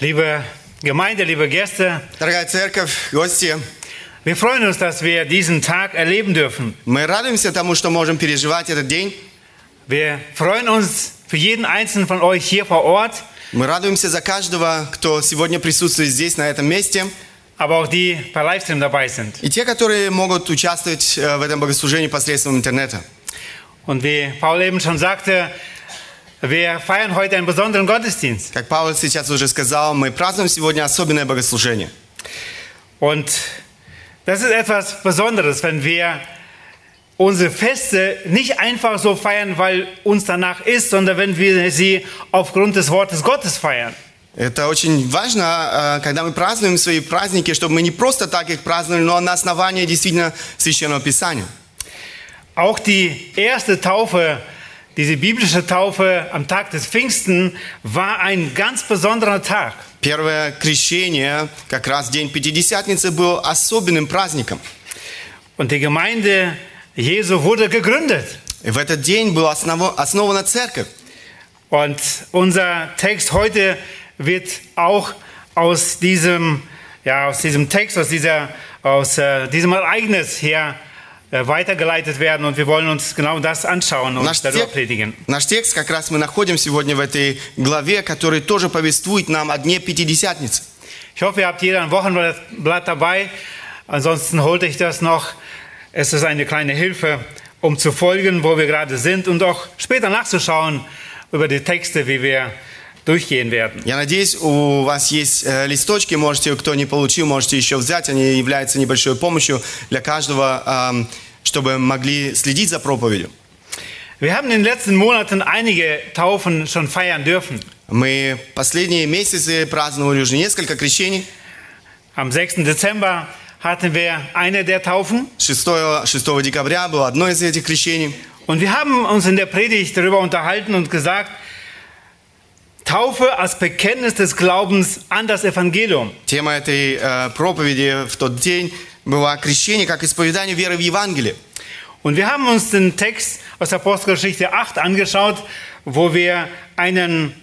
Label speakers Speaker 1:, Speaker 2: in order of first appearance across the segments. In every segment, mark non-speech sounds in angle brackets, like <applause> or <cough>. Speaker 1: Liebe Gemeinde, liebe Gäste,
Speaker 2: Дорогая церковь, гости,
Speaker 1: wir freuen uns, dass wir diesen Tag erleben dürfen.
Speaker 2: мы радуемся тому, что можем переживать этот день.
Speaker 1: Wir freuen uns für jeden einzelnen von euch hier vor Ort,
Speaker 2: Мы радуемся за каждого, кто сегодня присутствует здесь, на этом месте.
Speaker 1: aber auch die per Livestream dabei sind.
Speaker 2: И те, которые могут участвовать э, в этом богослужении посредством интернета.
Speaker 1: Und wie Paul eben schon sagte, wir feiern heute einen besonderen Gottesdienst.
Speaker 2: Как Павел сейчас уже сказал, мы празднуем сегодня особенное богослужение.
Speaker 1: Und das ist etwas Besonderes, wenn wir unsere Feste nicht einfach so feiern, weil uns danach ist, sondern wenn wir sie aufgrund des Wortes Gottes feiern.
Speaker 2: Это очень важно, э, когда мы празднуем свои праздники, чтобы мы не просто так их праздновали, но на основании действительно Священного Писания.
Speaker 1: Auch die erste Taufe, diese biblische Taufe am Tag des Pfingsten, war ein ganz besonderer Tag.
Speaker 2: Первое крещение, как раз день Пятидесятницы, был особенным праздником.
Speaker 1: Und die Gemeinde Jesu wurde gegründet.
Speaker 2: И в этот день была основа- основана церковь.
Speaker 1: Und unser Text heute wird auch aus diesem, ja, aus diesem Text, aus, dieser, aus äh, diesem Ereignis her äh, weitergeleitet werden. Und wir wollen uns genau das anschauen und
Speaker 2: Наш,
Speaker 1: darüber
Speaker 2: тек-
Speaker 1: predigen.
Speaker 2: наш текст как раз мы находим сегодня в этой главе, который тоже повествует нам о Дне Пятидесятницы.
Speaker 1: Ich hoffe, ihr habt jeder ein Wochenblatt dabei. Ansonsten holte ich das noch. Es ist eine kleine Hilfe, um zu folgen, wo wir gerade sind und auch später nachzuschauen über die Texte, wie wir durchgehen werden.
Speaker 2: Я надеюсь, у вас есть э, листочки, можете, кто не получил, можете еще взять. Они являются небольшой помощью для каждого, ам, чтобы могли следить за проповедью.
Speaker 1: Wir haben in den letzten Monaten einige Taufen schon feiern dürfen.
Speaker 2: Мы последние месяцы праздновали уже несколько крещений.
Speaker 1: Am 6. Dezember hatten wir eine der Taufen
Speaker 2: 6, 6 декабря было одно из этих крещений.
Speaker 1: und wir haben uns in der Predigt darüber unterhalten und gesagt, Taufe als Bekenntnis des Glaubens an das Evangelium.
Speaker 2: Тема этой э, проповеди в тот день была крещение как исповедание веры в Евангелие.
Speaker 1: Und wir haben uns den Text aus der Apostelgeschichte 8 angeschaut, wo wir einen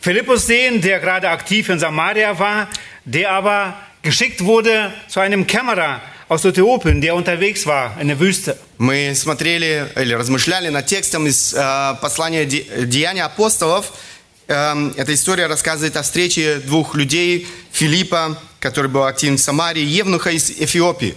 Speaker 1: Philippus sehen, der gerade aktiv in Samaria war, der aber geschickt wurde zu einem Kämmerer aus Äthiopien, der unterwegs war in der Wüste.
Speaker 2: Мы смотрели или размышляли над текстом из э, послания Де- Деяния апостолов. Эм, эта история рассказывает о встрече двух людей, Филиппа, который был активен в Самарии, и Евнуха из Эфиопии.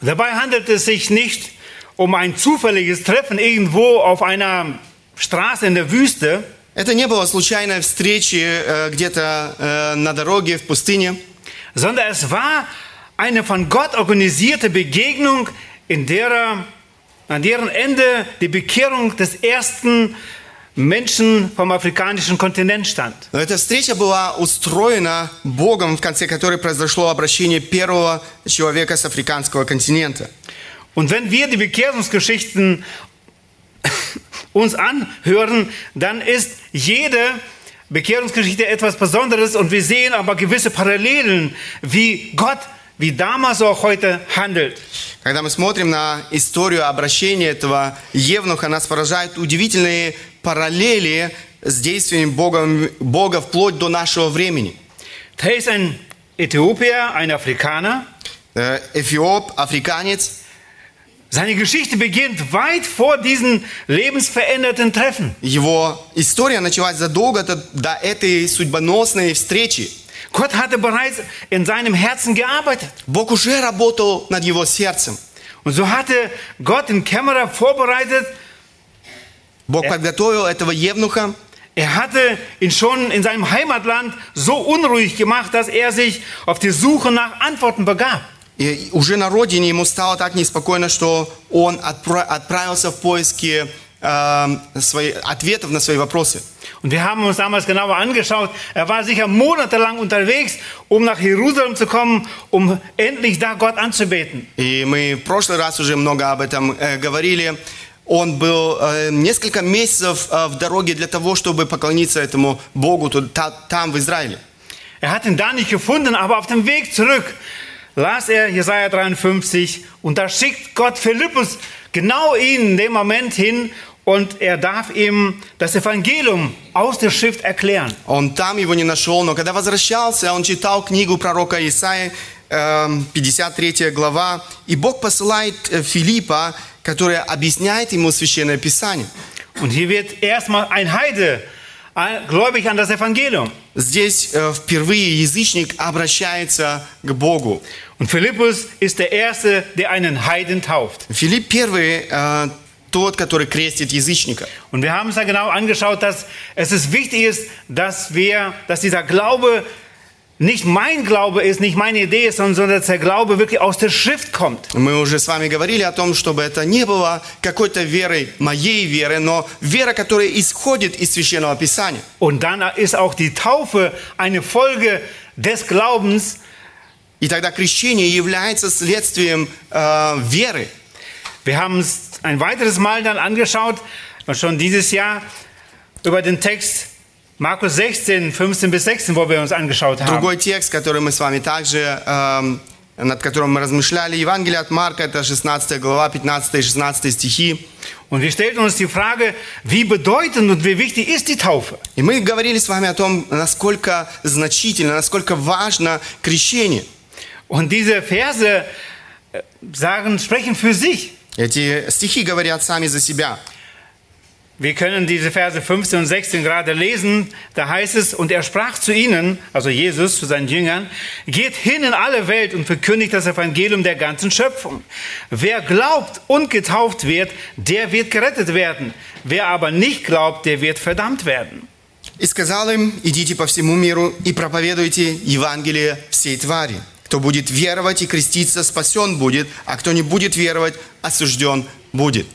Speaker 1: Dabei handelt es sich nicht um ein zufälliges Treffen irgendwo auf einer Straße in der Wüste,
Speaker 2: Это не было случайной встречи э, где-то э, на дороге в пустыне.
Speaker 1: sondern es war eine von Gott organisierte Begegnung, in derer, an deren Ende die Bekehrung des ersten Menschen vom afrikanischen Kontinent stand.
Speaker 2: Но эта встреча была устроена Богом, в конце которой произошло обращение первого человека с африканского континента.
Speaker 1: Und wenn wir die Bekehrungsgeschichten <laughs> uns anhören, dann ist jede Bekehrungsgeschichte etwas Besonderes und wir sehen aber gewisse Parallelen, wie Gott, wie damals auch heute handelt.
Speaker 2: Когда мы смотрим на историю обращения этого Евнуха, нас поражают удивительные параллели с действиями Бога, Бога вплоть до нашего времени.
Speaker 1: Da ist ein Äthiopier, ein Afrikaner,
Speaker 2: Э, Эфиоп, африканец,
Speaker 1: Seine Geschichte beginnt weit vor diesen lebensveränderten Treffen.
Speaker 2: его история началась задолго до, до этой судьбоносной встречи.
Speaker 1: Gott hatte bereits in seinem Herzen gearbeitet.
Speaker 2: Бог уже работал над его сердцем.
Speaker 1: Und so hatte Gott den Kämmerer vorbereitet.
Speaker 2: Бог подготовил этого Евнуха.
Speaker 1: Er hatte ihn schon in seinem Heimatland so unruhig gemacht, dass er sich auf die Suche nach Antworten begab.
Speaker 2: И уже на родине ему стало так неспокойно, что он отпра- отправился в поиски э, свои- ответов на свои вопросы.
Speaker 1: Und wir haben uns damals genauer angeschaut. Er war sicher monatelang unterwegs, um nach Jerusalem zu kommen, um endlich da Gott anzubeten.
Speaker 2: И мы в прошлый раз уже много об этом э, говорили. Он был э, несколько месяцев э, в дороге для того, чтобы поклониться этому Богу тут- та- там, в Израиле.
Speaker 1: Er hat ihn da nicht gefunden, aber auf dem Weg zurück las er Jesaja 53 und da schickt Gott Philippus genau ihn in dem Moment hin, und er darf ihm das Evangelium aus der Schrift erklären.
Speaker 2: Он там его не нашел, но когда возвращался, он читал книгу пророка Исаи, эм, 53 глава, и Бог посылает э, Филиппа, который объясняет ему Священное Писание.
Speaker 1: Und hier wird erstmal ein Heide äh, gläubig an das Evangelium.
Speaker 2: Здесь э, впервые язычник обращается к Богу.
Speaker 1: Und Philippus ist der Erste, der einen Heiden tauft.
Speaker 2: Филипп первый, э, тот, который крестит язычника.
Speaker 1: Und wir haben uns ja genau angeschaut, dass es ist wichtig ist, dass wir, dass dieser Glaube nicht mein Glaube ist, nicht meine Idee ist, sondern sondern dass der Glaube wirklich aus der Schrift kommt.
Speaker 2: Мы уже с вами говорили о том, чтобы это не было какой-то верой, моей веры, но вера, которая исходит из Священного Писания.
Speaker 1: Und dann ist auch die Taufe eine Folge des Glaubens.
Speaker 2: И тогда крещение является следствием э, веры.
Speaker 1: Wir haben es ein weiteres Mal dann angeschaut, schon dieses Jahr, über den Text Markus 16, 15 bis 16, wo wir uns angeschaut haben.
Speaker 2: Другой текст, который мы с вами также, эм, над которым мы размышляли, Евангелие от Марка, это 16 глава, 15 и 16 стихи.
Speaker 1: Und wir stellten uns die Frage, wie bedeutend und wie wichtig ist die Taufe?
Speaker 2: И мы говорили с вами о том, насколько значительно, насколько важно крещение.
Speaker 1: Und diese Verse äh, sagen, sprechen für sich.
Speaker 2: Эти стихи говорят сами за себя.
Speaker 1: Wir können diese Verse 15 und 16 gerade lesen. Da heißt es, und er sprach zu ihnen, also Jesus zu seinen Jüngern, geht hin in alle Welt und verkündigt das Evangelium der ganzen Schöpfung. Wer glaubt und getauft wird, der wird gerettet werden. Wer aber nicht glaubt, der wird verdammt werden.
Speaker 2: И сказал им, идите по всему миру и проповедуйте Евангелие всей твари. Кто будет веровать и креститься, спасен будет, а кто не будет веровать, осужден будет.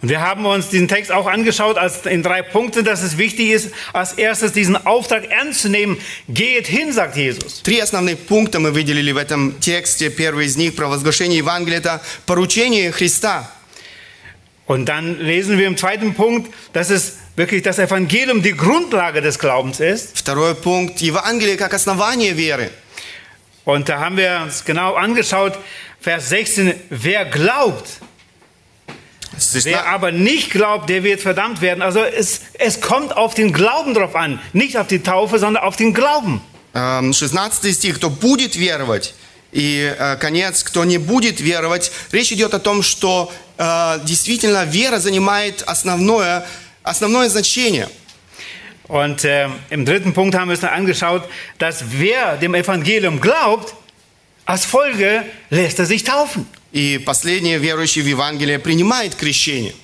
Speaker 1: Und wir haben uns diesen Text auch angeschaut als in drei Punkten, dass es wichtig ist, als erstes diesen Auftrag ernst zu nehmen. Geht hin, sagt Jesus.
Speaker 2: Три основных пункта мы выделили в этом тексте. Первый из них – провозглашение Евангелия – это поручение Христа.
Speaker 1: Und dann lesen wir im zweiten Punkt, dass es wirklich das Evangelium die Grundlage des Glaubens ist.
Speaker 2: Второй пункт – Евангелие как основание веры.
Speaker 1: Und da haben wir uns genau angeschaut, Vers 16, wer glaubt, wer
Speaker 2: Шестна-
Speaker 1: aber nicht glaubt, der wird verdammt werden. Also es, es kommt auf den Glauben drauf an, nicht auf die Taufe, sondern auf den Glauben.
Speaker 2: эм, 16 стих – кто будет веровать, и э, конец, кто не будет веровать. Речь идет о том, что э, действительно вера занимает основное, основное значение.
Speaker 1: Und ähm, im dritten Punkt haben wir uns dann angeschaut, dass wer dem Evangelium glaubt, als Folge lässt er sich taufen.
Speaker 2: И последний верующий в Евангелие принимает крещение.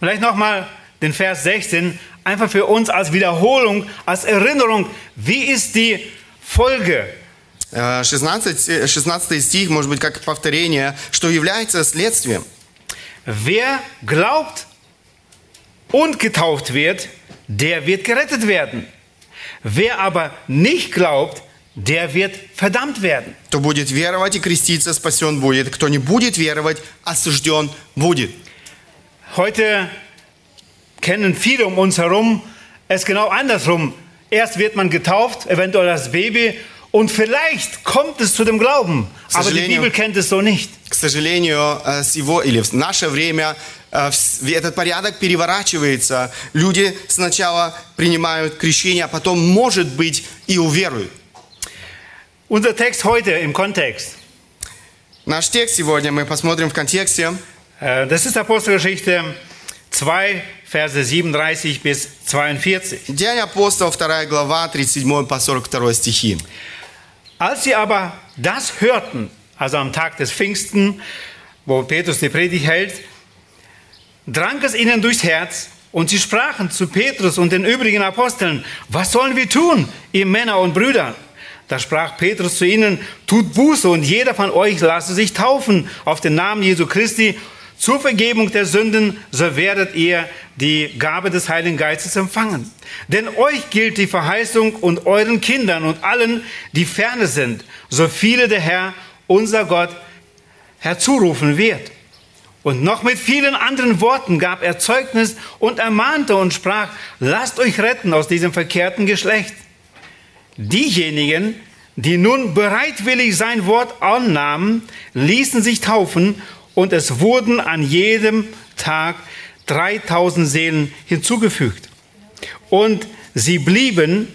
Speaker 1: Vielleicht nochmal den Vers 16, einfach für uns als Wiederholung, als Erinnerung, wie ist die Folge?
Speaker 2: Э, 16, э, 16 стих, может быть, как повторение, что является следствием.
Speaker 1: Wer glaubt und getauft wird, der wird gerettet werden. Wer aber nicht glaubt, der wird verdammt werden.
Speaker 2: Кто будет веровать и креститься, спасен будет. Кто не будет веровать, осужден будет.
Speaker 1: Heute kennen viele um uns herum es genau andersrum. Erst wird man getauft, eventuell als Baby, und vielleicht kommt es zu dem Glauben. Aber die
Speaker 2: Сожалению.
Speaker 1: Bibel kennt es so nicht.
Speaker 2: К сожалению, э, с его или в наше время э, в с- в этот порядок переворачивается. Люди сначала принимают крещение, а потом, может быть, и уверуют.
Speaker 1: Unser Text heute im Kontext,
Speaker 2: Наш текст сегодня мы посмотрим в контексте.
Speaker 1: äh, das ist Apostelgeschichte 2, Verse 37 bis 42.
Speaker 2: Деяния апостолов, 2 глава, 37 по 42 стихи.
Speaker 1: Als sie aber das hörten, also am Tag des Pfingsten, wo Petrus die Predigt hält, drang es ihnen durchs Herz und sie sprachen zu Petrus und den übrigen Aposteln, was sollen wir tun, ihr Männer und Brüder? Da sprach Petrus zu ihnen, tut Buße und jeder von euch lasse sich taufen auf den Namen Jesu Christi zur Vergebung der Sünden, so werdet ihr die Gabe des Heiligen Geistes empfangen. Denn euch gilt die Verheißung und euren Kindern und allen, die ferne sind, so viele der Herr, unser Gott, herzurufen wird. Und noch mit vielen anderen Worten gab er Zeugnis und ermahnte und sprach, lasst euch retten aus diesem verkehrten Geschlecht. Diejenigen, die nun bereitwillig sein Wort annahmen, ließen sich taufen und es wurden an jedem Tag 3000 Seelen hinzugefügt. Und sie blieben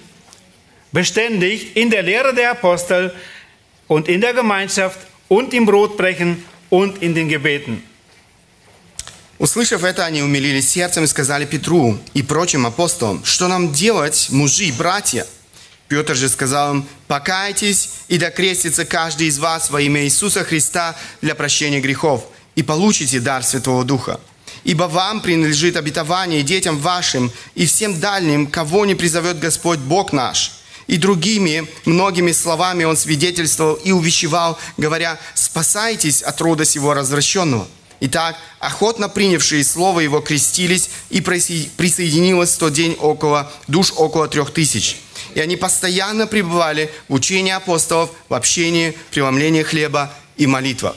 Speaker 1: beständig in der Lehre der Apostel und in der Gemeinschaft und im Brotbrechen und in den Gebeten.
Speaker 2: Услышав это, они умилились сердцем и сказали Петру и прочим апостолам, что нам делать, мужи, братья? Петр же сказал им, покайтесь и докрестится каждый из вас во имя Иисуса Христа для прощения грехов, и получите дар Святого Духа. Ибо вам принадлежит обетование и детям вашим, и всем дальним, кого не призовет Господь Бог наш. И другими многими словами он свидетельствовал и увещевал, говоря, спасайтесь от рода сего развращенного. Итак, охотно принявшие слово его крестились, и присо- присоединилось в тот день около, душ около трех тысяч. И они постоянно пребывали в учении апостолов, в общении, преломлении хлеба и молитвах.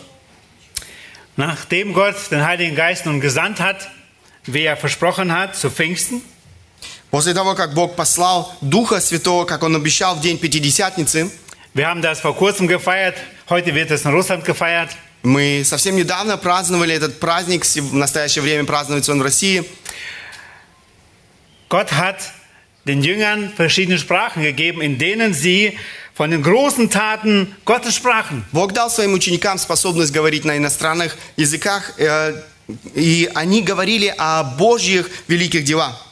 Speaker 1: Nachdem Gott den Heiligen Geist nun gesandt hat, wie er versprochen hat, zu Pfingsten,
Speaker 2: После того, как Бог послал Духа Святого, как Он обещал в день Пятидесятницы,
Speaker 1: wir haben das vor kurzem gefeiert, heute wird es in Russland gefeiert,
Speaker 2: мы совсем недавно праздновали этот праздник, сев- в настоящее время празднуется он в России.
Speaker 1: Gott hat den Jüngern verschiedene Sprachen gegeben, in denen sie von den großen Taten Gottes sprachen.
Speaker 2: Бог дал своим ученикам способность говорить на иностранных языках, э, и они говорили о Божьих великих делах.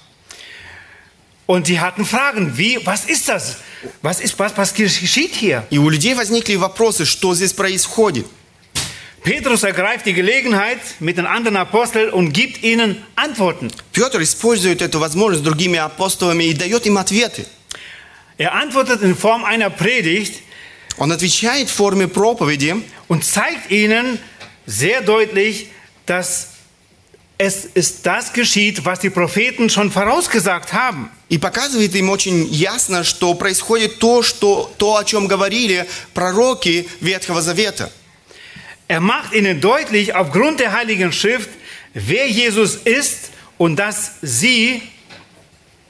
Speaker 1: Und sie hatten Fragen, wie, was ist das? Was, ist, was, was geschieht hier?
Speaker 2: И у людей возникли вопросы, что здесь происходит.
Speaker 1: Petrus ergreift die Gelegenheit mit den anderen Aposteln und gibt ihnen Antworten.
Speaker 2: Петр использует эту возможность с другими апостолами и дает им ответы.
Speaker 1: Er antwortet in Form einer Predigt
Speaker 2: Он отвечает в форме проповеди,
Speaker 1: und zeigt ihnen sehr deutlich, dass es ist das geschieht, was die Propheten schon vorausgesagt haben.
Speaker 2: И показывает им очень ясно, что происходит то, что, то о чем говорили пророки Ветхого Завета.
Speaker 1: Er macht ihnen deutlich aufgrund der Heiligen Schrift, wer Jesus ist und dass sie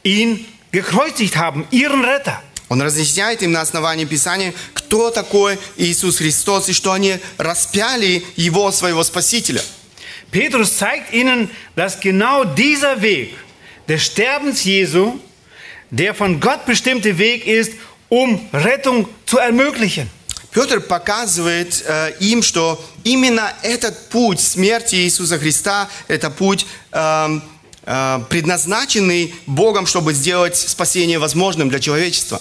Speaker 1: ihn gekreuzigt haben, ihren Retter.
Speaker 2: Он разъясняет им на основании Писания, кто такой Иисус Христос и что они распяли Его, своего Спасителя.
Speaker 1: Petrus zeigt ihnen, dass genau dieser Weg des Sterbens Jesu der von Gott bestimmte Weg ist, um Rettung zu ermöglichen.
Speaker 2: Петр показывает э, им, что именно этот путь смерти Иисуса Христа – это путь, эм, э, предназначенный Богом, чтобы сделать спасение возможным для человечества.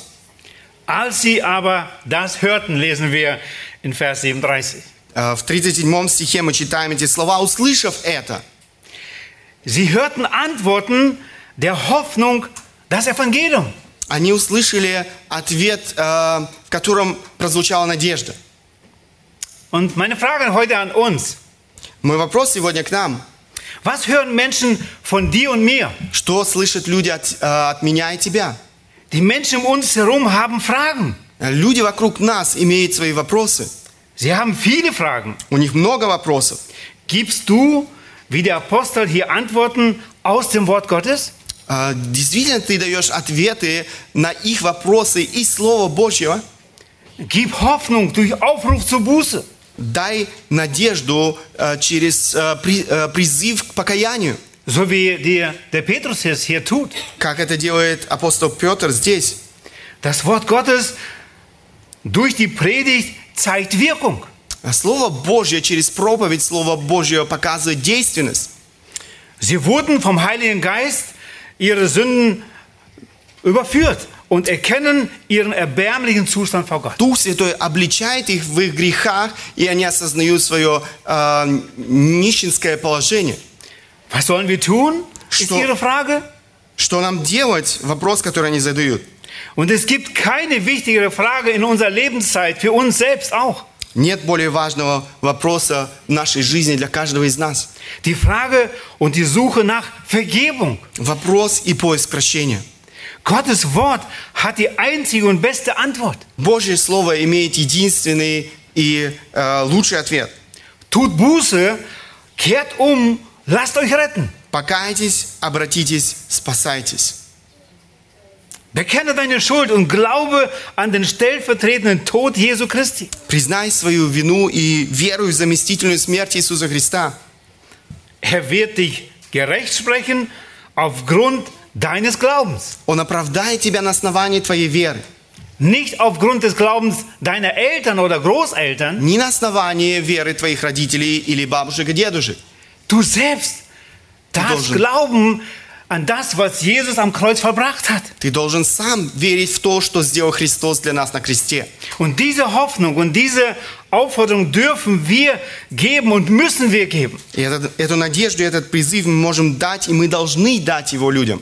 Speaker 1: Als sie aber das hörten, lesen wir in Vers 37.
Speaker 2: Э, В 37 стихе мы читаем эти слова. «Услышав это,
Speaker 1: Sie hörten Antworten der Hoffnung, das Evangelium.
Speaker 2: они услышали ответ, э, в котором прозвучала надежда».
Speaker 1: Und meine Frage heute an uns.
Speaker 2: Мой вопрос сегодня к нам.
Speaker 1: Was hören Menschen von dir und mir?
Speaker 2: Что слышат люди от, э, от меня и тебя?
Speaker 1: Die Menschen um uns herum haben Fragen.
Speaker 2: Э, Люди вокруг нас имеют свои вопросы.
Speaker 1: Sie haben viele Fragen.
Speaker 2: У них много вопросов.
Speaker 1: Gibst du, wie der Apostel hier Antworten aus dem Wort Gottes?
Speaker 2: Э, Действительно ты даешь ответы на их вопросы и Слова Божьего?
Speaker 1: Gib Hoffnung durch Aufruf zur Buße.
Speaker 2: Дай надежду э, через э, при- э, призыв к покаянию,
Speaker 1: So wie dir der Petrus es hier tut.
Speaker 2: как это делает апостол Петр здесь.
Speaker 1: Das Wort Gottes durch die Predigt zeigt Wirkung.
Speaker 2: Слово Божье через проповедь Слова Божьего показывает действенность.
Speaker 1: Sie wurden vom Heiligen Geist ihre Sünden überführt und erkennen ihren erbärmlichen Zustand vor Gott.
Speaker 2: Дух Святой обличает их в их грехах, и они осознают свое э, нищенское положение.
Speaker 1: Was sollen wir tun? Ist
Speaker 2: Sto-
Speaker 1: ihre Frage.
Speaker 2: Что нам делать? Вопрос, который они задают.
Speaker 1: Und es gibt keine wichtigere Frage in unserer Lebenszeit, für uns selbst auch.
Speaker 2: Нет более важного вопроса в нашей жизни для каждого из нас.
Speaker 1: Die Frage und die Suche nach Vergebung.
Speaker 2: Вопрос и поиск прощения.
Speaker 1: Gottes Wort hat die einzige und beste Antwort.
Speaker 2: Божье Слово имеет единственный и э, лучший ответ.
Speaker 1: Tut Buße, kehrt um, lasst euch retten.
Speaker 2: Покайтесь, обратитесь, спасайтесь.
Speaker 1: Bekenne deine Schuld und glaube an den stellvertretenden Tod Jesu Christi.
Speaker 2: Признай свою вину и веруй в заместительную смерть Иисуса Христа.
Speaker 1: Er wird dich gerecht sprechen aufgrund deines Glaubens.
Speaker 2: Он оправдает тебя на основании твоей веры.
Speaker 1: Nicht aufgrund des Glaubens deiner Eltern oder Großeltern.
Speaker 2: Не на основании веры твоих родителей или бабушек и дедушек.
Speaker 1: Du selbst darfst
Speaker 2: должен-
Speaker 1: glauben an das, was Jesus am Kreuz verbracht hat.
Speaker 2: Ты должен сам верить в то, что сделал Христос для нас на кресте.
Speaker 1: Und diese Hoffnung und diese Aufforderung dürfen wir geben und müssen wir geben.
Speaker 2: И этот- эту надежду, и этот призыв мы можем дать, и мы должны дать его людям.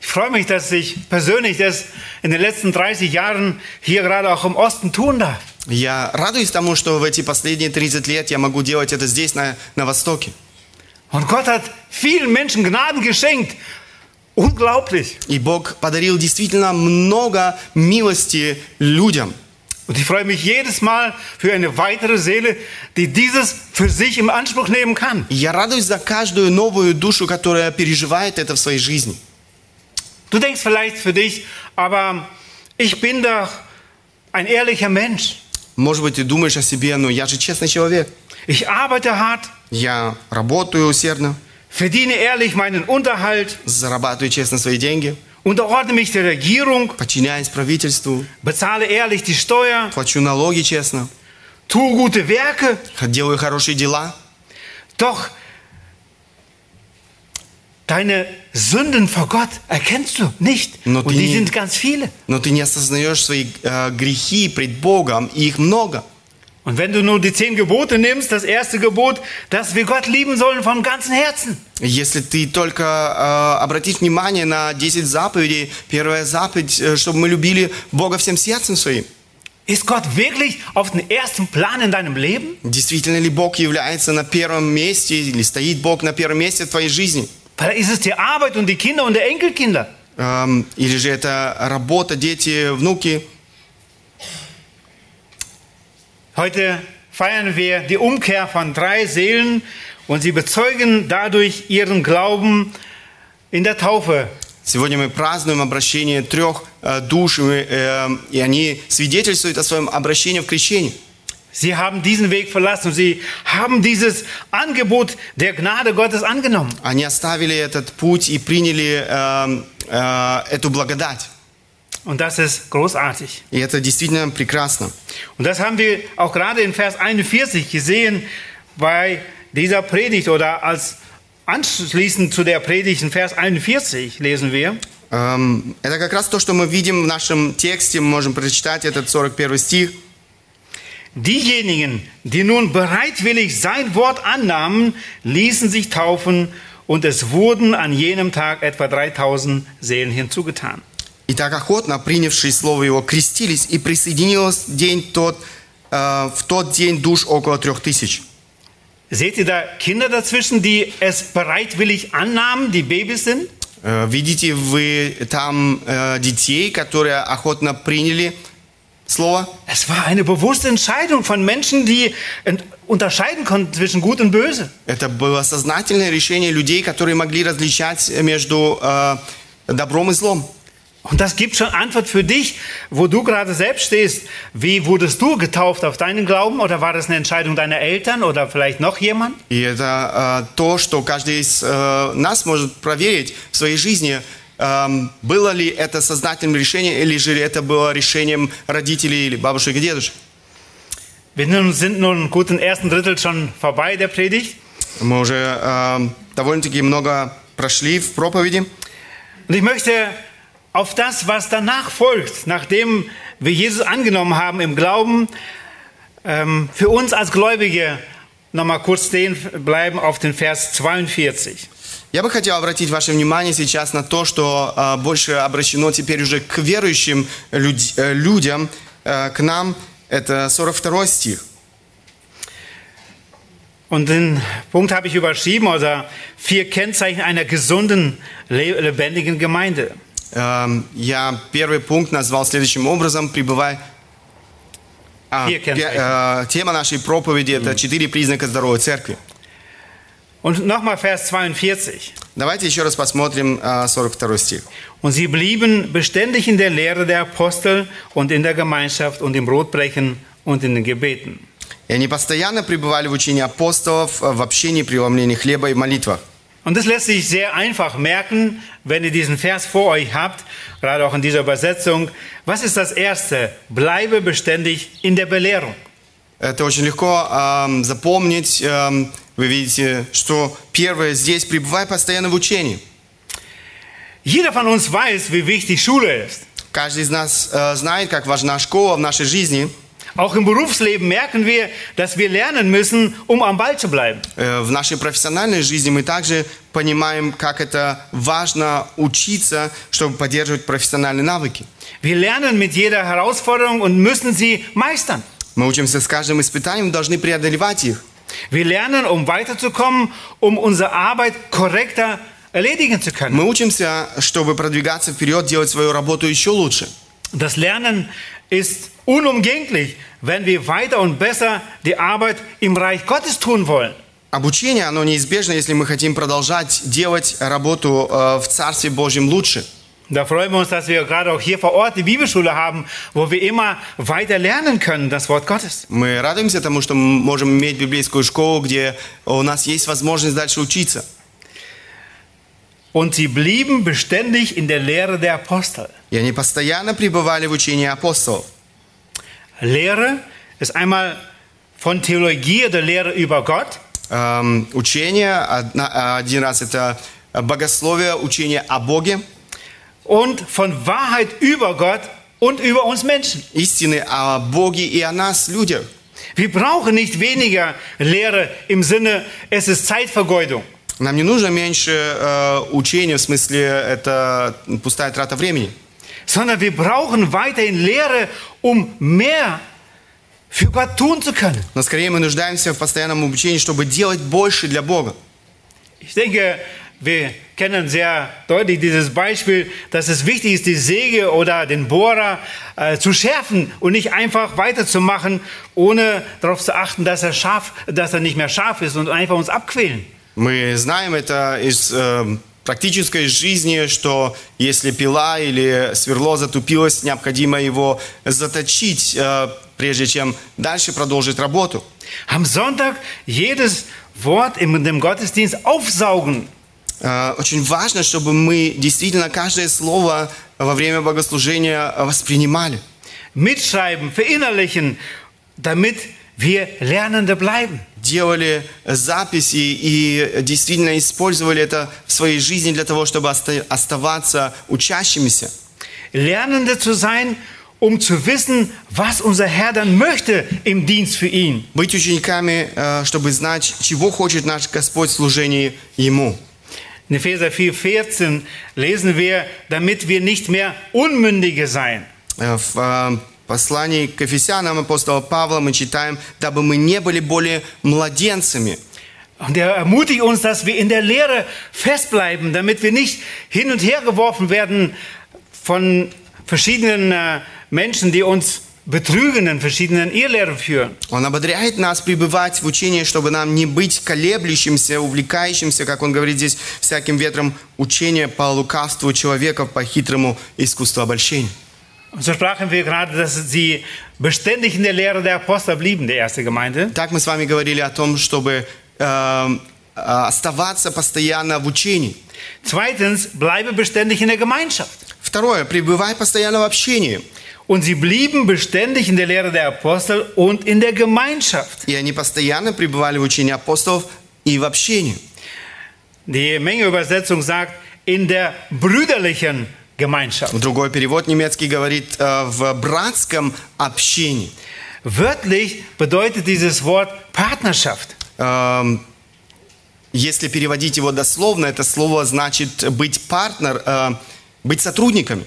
Speaker 1: Ich freue mich, dass ich persönlich das in den letzten 30 Jahren hier gerade auch im Osten tun darf.
Speaker 2: Я радуюсь тому, что в эти последние 30 лет я могу делать это здесь, на, на Востоке.
Speaker 1: Und Gott hat vielen Menschen Gnaden geschenkt. Unglaublich.
Speaker 2: И Бог подарил действительно много милости людям.
Speaker 1: Und ich freue mich jedes Mal für eine weitere Seele, die dieses für sich im Anspruch nehmen kann.
Speaker 2: И я радуюсь за каждую новую душу, которая переживает это в своей жизни.
Speaker 1: Du denkst vielleicht für dich, aber ich bin doch ein ehrlicher Mensch.
Speaker 2: Может быть, ты думаешь о себе, но я же честный человек.
Speaker 1: Ich arbeite hart,
Speaker 2: Я работаю усердно,
Speaker 1: verdiene ehrlich meinen Unterhalt,
Speaker 2: зарабатываю честно свои деньги,
Speaker 1: unterordne mich der Regierung,
Speaker 2: подчиняюсь правительству,
Speaker 1: bezahle ehrlich die Steuer,
Speaker 2: плачу налоги честно,
Speaker 1: tue gute Werke.
Speaker 2: делаю хорошие дела.
Speaker 1: Doch deine Sünden vor Gott erkennst du nicht.
Speaker 2: Na,
Speaker 1: Und
Speaker 2: die-
Speaker 1: die sind ganz viele.
Speaker 2: Но ты не осознаешь свои э, грехи пред Богом, и их много.
Speaker 1: Und wenn du nur die zehn Gebote nimmst, das erste Gebot, dass wir Gott lieben sollen vom ganzen Herzen.
Speaker 2: Если ты только э, обратишь внимание на 10 заповедей, первая заповедь, э, чтобы мы любили Бога всем сердцем своим.
Speaker 1: Ist Gott wirklich auf den ersten Plan in deinem Leben?
Speaker 2: Действительно ли Бог является на первом месте, или стоит Бог на первом месте в твоей жизни?
Speaker 1: Weil ist es die Arbeit und die Kinder und die Enkelkinder?
Speaker 2: Эм, или же это работа, дети, внуки?
Speaker 1: Heute feiern wir die Umkehr von drei Seelen und sie bezeugen dadurch ihren Glauben in der Taufe.
Speaker 2: Сегодня мы празднуем обращение трех э, душ, и, мы, эм, и они свидетельствуют о своем обращении в крещении.
Speaker 1: Sie haben diesen Weg verlassen und sie haben dieses Angebot der Gnade Gottes angenommen.
Speaker 2: Они оставили этот путь и приняли эм, э, эту благодать.
Speaker 1: Und das ist großartig.
Speaker 2: И это действительно прекрасно.
Speaker 1: Und das haben wir auch gerade in Vers 41 gesehen bei dieser Predigt oder als anschließend zu der Predigt in Vers 41 lesen wir.
Speaker 2: Эм, это как раз то, что мы видим в нашем тексте. Мы можем прочитать этот 41 стих.
Speaker 1: Diejenigen, die nun bereitwillig sein Wort annahmen, ließen sich taufen und es wurden an jenem Tag etwa 3000 Seelen hinzugetan.
Speaker 2: «И так охотно, принявшие слово его, крестились, и присоединилось день тот, э, в тот день душ около трех тысяч».
Speaker 1: Seht ihr da Kinder dazwischen, die es bereitwillig annahmen, die Babys sind?
Speaker 2: Э, Видите вы там э, детей, которые охотно приняли слово?
Speaker 1: Es war eine bewusste Entscheidung von Menschen, die ent- unterscheiden konnten zwischen Gut und Böse.
Speaker 2: Это было сознательное решение людей, которые могли различать между э, добром и злом.
Speaker 1: Und das gibt schon Antwort für dich, wo du gerade selbst stehst. Wie wurdest du getauft auf deinen Glauben oder war das eine Entscheidung deiner Eltern oder vielleicht noch jemand?
Speaker 2: И это э, то, что каждый из э, нас может проверить в своей жизни, эм, было ли это сознательным решением, или же это было решением родителей или бабушек и дедушек.
Speaker 1: Wir nun- sind nun einen guten ersten Drittel schon vorbei der Predigt.
Speaker 2: Мы уже эм, довольно-таки много прошли в проповеди.
Speaker 1: Und ich möchte auf das, was danach folgt, nachdem wir Jesus angenommen haben im Glauben, ähm, für uns als Gläubige nochmal kurz stehen bleiben auf den Vers 42.
Speaker 2: Я бы хотел обратить ваше внимание сейчас на то, что э, больше обращено теперь уже к верующим люд- э, людям, э, к нам. Это 42 стих.
Speaker 1: Und den Punkt habe ich überschrieben, oder vier Kennzeichen einer gesunden, le- lebendigen Gemeinde.
Speaker 2: Эм, Я первый пунkt назвал следующим образом «Пребывай». А,
Speaker 1: Here can
Speaker 2: пе- э, тема нашей проповеди – это четыре признака здоровой церкви.
Speaker 1: Und nochmal Vers 42.
Speaker 2: Давайте еще раз посмотрим э, 42 стих.
Speaker 1: Und sie blieben beständig in der Lehre der Apostel und in der Gemeinschaft und im Brotbrechen und in den Gebeten.
Speaker 2: «И они постоянно пребывали в учении апостолов, э, в общении, преломлении хлеба и молитвах».
Speaker 1: Und das lässt sich sehr einfach merken, wenn ihr diesen Vers vor euch habt, gerade auch in dieser Übersetzung. Was ist das Erste? Bleibe beständig in der Belehrung.
Speaker 2: Это очень легко ам, запомнить. Ам, вы видите, что первое здесь пребывай постоянно в учении.
Speaker 1: Jeder von uns weiß, wie wichtig Schule ist.
Speaker 2: Каждый из нас э, знает, как важна школа в нашей жизни.
Speaker 1: Auch im Berufsleben merken wir, dass wir lernen müssen, um am Ball zu bleiben.
Speaker 2: Э, в нашей профессиональной жизни мы также понимаем, как это важно учиться, чтобы поддерживать профессиональные навыки.
Speaker 1: Wir lernen mit jeder Herausforderung und müssen sie meistern.
Speaker 2: Мы учимся с каждым испытанием, должны преодолевать их.
Speaker 1: Wir lernen, um weiterzukommen, um unsere Arbeit korrekter erledigen zu können.
Speaker 2: Мы учимся, чтобы продвигаться вперед, делать свою работу еще лучше.
Speaker 1: Das Lernen ist unumgänglich, wenn wir weiter und besser die Arbeit im Reich Gottes tun wollen.
Speaker 2: Обучение, оно неизбежно, если мы хотим продолжать делать работу э, в Царстве Божьем лучше.
Speaker 1: Da freuen wir uns, dass wir gerade auch hier vor Ort die Bibelschule haben, wo wir immer weiter lernen können, das Wort Gottes.
Speaker 2: Мы радуемся тому, что мы можем иметь библейскую школу, где у нас есть возможность дальше учиться.
Speaker 1: Und sie blieben beständig in der Lehre der Apostel.
Speaker 2: И они постоянно пребывали в учении апостолов.
Speaker 1: Lehre ist einmal von Theologie oder Lehre über Gott.
Speaker 2: Эм, учение, одна- один раз это богословие, учение о Боге,
Speaker 1: und von Wahrheit über Gott und über uns Menschen.
Speaker 2: истины о Боге и о нас, людях.
Speaker 1: Wir brauchen nicht weniger Lehre im Sinne, es ist Zeitvergeudung.
Speaker 2: Нам не нужно меньше э, учения, в смысле, это пустая трата времени.
Speaker 1: sondern wir brauchen weiterhin Lehre, um mehr für Gott tun zu können.
Speaker 2: Но скорее мы нуждаемся в постоянном обучении, чтобы делать больше для Бога.
Speaker 1: Ich denke, wir kennen sehr deutlich dieses Beispiel, dass es wichtig ist, die Säge oder den Bohrer äh, zu schärfen und nicht einfach weiterzumachen, ohne darauf zu achten, dass er, scharf, dass er nicht mehr scharf ist und einfach uns abquälen.
Speaker 2: Мы знаем это из э, практической жизни, что если пила или сверло затупилось, необходимо его заточить, э, прежде чем дальше продолжить работу.
Speaker 1: Am Sonntag jedes Wort in dem Gottesdienst aufsaugen.
Speaker 2: Э, очень важно, чтобы мы действительно каждое слово во время богослужения воспринимали.
Speaker 1: mitschreiben, verinnerlichen, damit wir Lernende bleiben.
Speaker 2: делали записи и действительно использовали это в своей жизни для того, чтобы оста- оставаться учащимися.
Speaker 1: Lernende zu sein, um zu wissen, was unser Herr dann möchte im Dienst für ihn.
Speaker 2: Быть учениками, э, чтобы знать, чего хочет наш Господь в служении Ему.
Speaker 1: In Epheser 4,14 lesen wir, damit wir nicht mehr Unmündige seien.
Speaker 2: Э, В э, послании к Ефесянам апостола Павла мы читаем, дабы мы не были более младенцами.
Speaker 1: Und er ermutigt uns, dass wir in der Lehre festbleiben, damit wir nicht hin und her geworfen werden von verschiedenen äh, Menschen, die uns betrügen, in verschiedenen Irrlehren führen.
Speaker 2: Он ободряет нас пребывать в учении, чтобы нам не быть колеблющимся, увлекающимся, как он говорит здесь, всяким ветром учения по лукавству человека, по хитрому искусству обольщения.
Speaker 1: Und so sprachen wir gerade, dass sie beständig in der Lehre der Apostel blieben, die erste Gemeinde.
Speaker 2: Так мы с вами говорили о том, чтобы эм, э, оставаться постоянно в учении.
Speaker 1: Zweitens, bleibe beständig in der Gemeinschaft.
Speaker 2: Второе, пребывай постоянно в общении.
Speaker 1: Und sie blieben beständig in der Lehre der Apostel und in der Gemeinschaft.
Speaker 2: И они постоянно пребывали в учении апостолов и в общении.
Speaker 1: Die Mengeübersetzung sagt, in der brüderlichen Gemeinschaft.
Speaker 2: Другой перевод немецкий говорит э, в братском общении.
Speaker 1: Wörtlich bedeutet dieses Wort Partnerschaft.
Speaker 2: Эм, если переводить его дословно, это слово значит быть партнер, э, быть сотрудниками.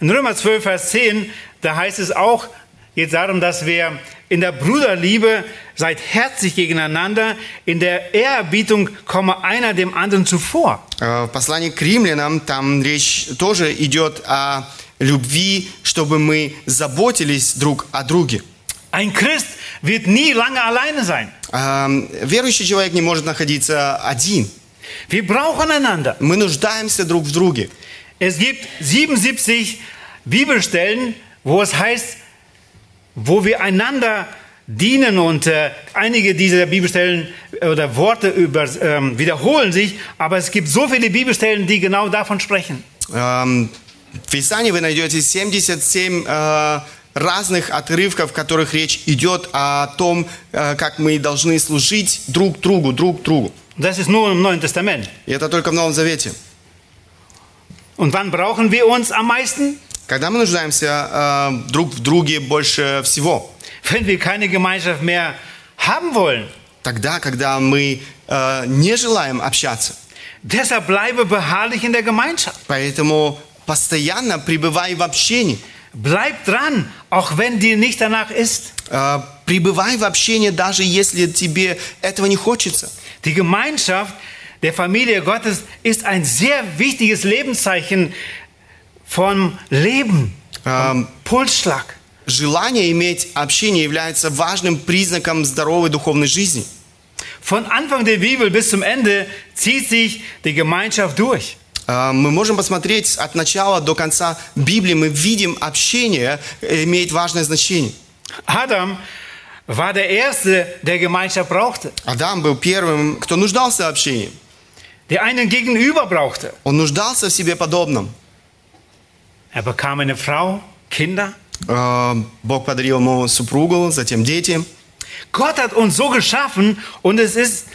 Speaker 1: In Römer 12, Vers 10, da heißt es auch, geht darum, dass wir in der Bruderliebe seid herzlich gegeneinander, in der Ehrerbietung komme einer dem anderen zuvor.
Speaker 2: Э, В послании к римлянам там речь тоже идет о любви, чтобы мы заботились друг о друге.
Speaker 1: Ein Christ wird nie lange alleine sein.
Speaker 2: Эм, Верующий человек не может находиться один.
Speaker 1: Wir brauchen einander.
Speaker 2: Мы нуждаемся друг в друге.
Speaker 1: Es gibt 77 Bibelstellen, wo es heißt, wo wir einander dienen und äh, einige dieser Bibelstellen äh, oder Worte über, ähm, wiederholen sich, aber es gibt so viele Bibelstellen, die genau davon sprechen.
Speaker 2: Эм, В Писании вы найдете 77 э, разных отрывков, в которых речь идет о том, э, как мы должны служить друг другу, друг другу.
Speaker 1: Das ist nur im Neuen Testament.
Speaker 2: И это только в Новом Завете.
Speaker 1: Und wann brauchen wir uns am meisten?
Speaker 2: Когда мы нуждаемся э, друг в друге больше всего?
Speaker 1: Wenn wir keine Gemeinschaft mehr haben wollen.
Speaker 2: Тогда, когда мы э, не желаем общаться.
Speaker 1: Deshalb bleibe beharrlich in der Gemeinschaft.
Speaker 2: Поэтому постоянно пребывай в общении.
Speaker 1: Bleib dran, auch wenn dir nicht danach ist.
Speaker 2: Э, пребывай в общении, даже если тебе этого не хочется.
Speaker 1: Die Gemeinschaft der Familie Gottes ist ein sehr wichtiges Lebenszeichen vom Leben.
Speaker 2: Ähm.
Speaker 1: Pulsschlag.
Speaker 2: Желание иметь общение является важным признаком здоровой духовной жизни.
Speaker 1: Von Anfang der Bibel bis zum Ende zieht sich die Gemeinschaft durch.
Speaker 2: Э, Мы можем посмотреть от начала до конца Библии, мы видим общение э, имеет важное значение.
Speaker 1: Adam war der Erste, der Gemeinschaft brauchte.
Speaker 2: Адам был первым, кто нуждался в общении.
Speaker 1: der einen gegenüber brauchte.
Speaker 2: Он нуждался в себе подобном.
Speaker 1: Er bekam eine Frau, Kinder.
Speaker 2: Э, Бог подарил ему супругу, затем дети.
Speaker 1: Gott hat uns so geschaffen und es ist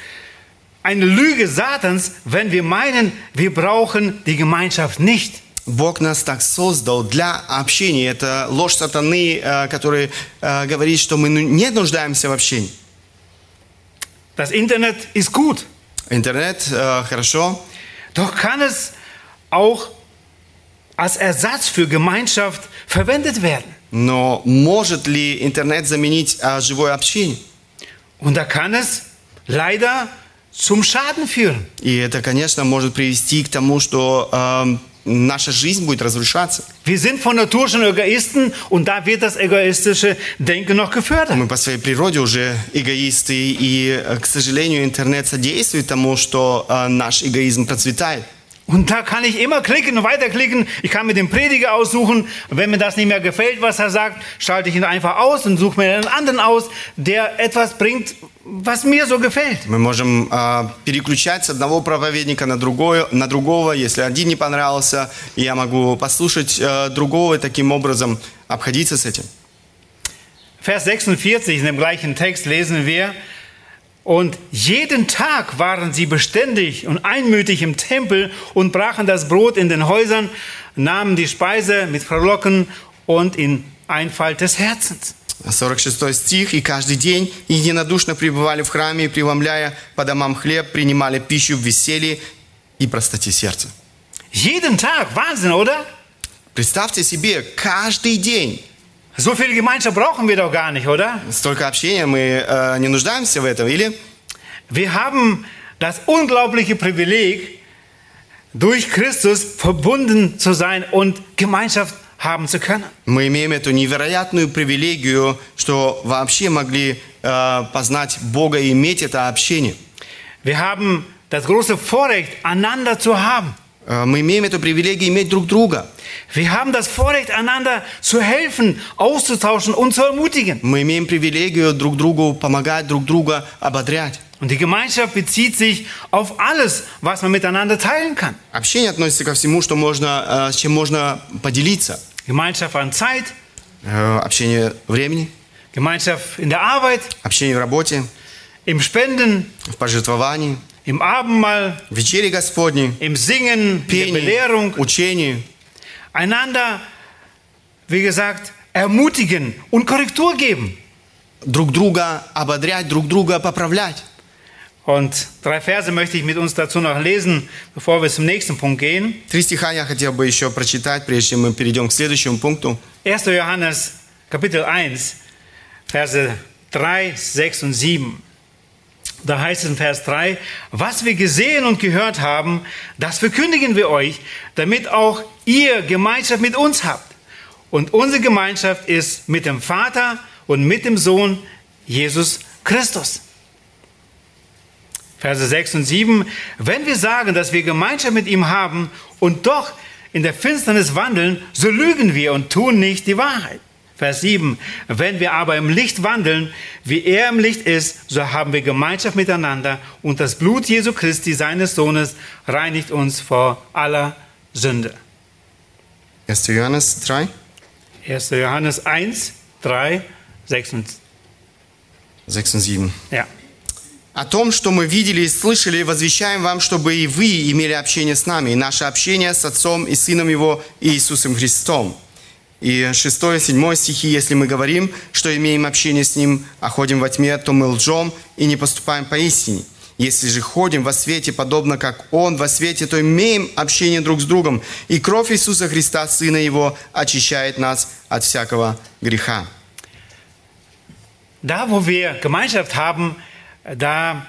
Speaker 1: eine Lüge Satans, wenn wir meinen, wir brauchen die Gemeinschaft nicht.
Speaker 2: Бог нас так создал для общения. Это ложь сатаны, э, который э, говорит, что мы ну- не нуждаемся в общении.
Speaker 1: Das Internet ist gut,
Speaker 2: Интернет э, хорошо,
Speaker 1: doch kann es auch als Ersatz für Gemeinschaft verwendet werden.
Speaker 2: но может ли интернет заменить э, живое общение?
Speaker 1: Und da kann es leider zum Schaden führen.
Speaker 2: И это, конечно, может привести к тому, что эм, наша жизнь будет разрушаться.
Speaker 1: Wir sind von Natur schon Egoisten und da wird das egoistische Denken noch gefördert.
Speaker 2: Мы по своей природе уже эгоисты, и, э, к сожалению, интернет содействует тому, что э, наш эгоизм процветает.
Speaker 1: Und da kann ich immer klicken und weiterklicken. Ich kann mir den Prediger aussuchen. Und wenn mir das nicht mehr gefällt, was er sagt, schalte ich ihn einfach aus und suche mir einen anderen aus, der etwas bringt, was mir so gefällt.
Speaker 2: Мы можем э, переключать с одного проповедника на, другое, на другого. Если один не понравился, я могу послушать э, другого и таким образом обходиться с этим.
Speaker 1: Vers 46 in dem gleichen Text lesen wir, und jeden Tag waren sie beständig und einmütig im Tempel und brachen das Brot in den Häusern, nahmen die Speise mit Verlocken und in Einfalt des Herzens.
Speaker 2: 46 стих. «И каждый день единодушно пребывали в храме, и, преломляя по домам хлеб, принимали пищу в веселье и простоте сердца».
Speaker 1: Jeden Tag, Wahnsinn, oder?
Speaker 2: Представьте себе, каждый день.
Speaker 1: So viel Gemeinschaft brauchen wir doch gar nicht, oder?
Speaker 2: Столько общения, мы э, не нуждаемся в этом, или?
Speaker 1: Wir haben das unglaubliche Privileg, durch Christus verbunden zu sein und Gemeinschaft haben zu können.
Speaker 2: Мы имеем эту невероятную привилегию, что вообще могли э, познать Бога и иметь это общение.
Speaker 1: Wir haben das große Vorrecht, einander zu haben.
Speaker 2: Э, мы имеем эту привилегию иметь друг друга.
Speaker 1: Wir haben das Vorrecht, einander zu helfen, auszutauschen und zu ermutigen.
Speaker 2: Мы имеем привилегию друг другу помогать, друг друга ободрять.
Speaker 1: Und die Gemeinschaft bezieht sich auf alles, was man miteinander teilen kann.
Speaker 2: Общение относится ко всему, что можно, э, с чем можно поделиться.
Speaker 1: Gemeinschaft an Zeit,
Speaker 2: Э, общение времени,
Speaker 1: Gemeinschaft in der Arbeit,
Speaker 2: общение в работе,
Speaker 1: im Spenden,
Speaker 2: в пожертвовании,
Speaker 1: im Abendmahl,
Speaker 2: в вечере Господней,
Speaker 1: im Singen, in der
Speaker 2: пении,
Speaker 1: Belehrung.
Speaker 2: учении.
Speaker 1: einander, wie gesagt, ermutigen und Korrektur geben.
Speaker 2: друг друга ободрять, друг друга поправлять.
Speaker 1: Und drei Verse möchte ich mit uns dazu noch lesen, bevor wir zum nächsten Punkt gehen.
Speaker 2: Три стиха я хотел бы еще прочитать, прежде чем мы перейдем к следующему пункту.
Speaker 1: 1. Johannes Kapitel 1, Verse 3, 6 und 7. Da heißt es in Vers 3, was wir gesehen und gehört haben, das verkündigen wir euch, damit auch ihr Gemeinschaft mit uns habt. Und unsere Gemeinschaft ist mit dem Vater und mit dem Sohn Jesus Christus. Verse 6 und 7. Wenn wir sagen, dass wir Gemeinschaft mit ihm haben und doch in der Finsternis wandeln, so lügen wir und tun nicht die Wahrheit. Vers 7. Wenn wir aber im Licht wandeln, wie er im Licht ist, so haben wir Gemeinschaft miteinander und das Blut Jesu Christi, seines Sohnes, reinigt uns vor aller Sünde.
Speaker 2: 1. Johannes 3,
Speaker 1: 1. Johannes 1, 3, 6 und
Speaker 2: 6 und 7.
Speaker 1: ja.
Speaker 2: О том, что мы видели и слышали, возвещаем вам, чтобы и вы имели общение с нами, и наше общение с Отцом и Сыном Его Иисусом Христом. И 6, 7 стихи, если мы говорим, что имеем общение с Ним, а ходим во тьме, то мы лжем и не поступаем поистине. Если же ходим во свете, подобно как Он во свете, то имеем общение друг с другом, и кровь Иисуса Христа, Сына Его, очищает нас от всякого греха.
Speaker 1: Da, wo wir Gemeinschaft haben, da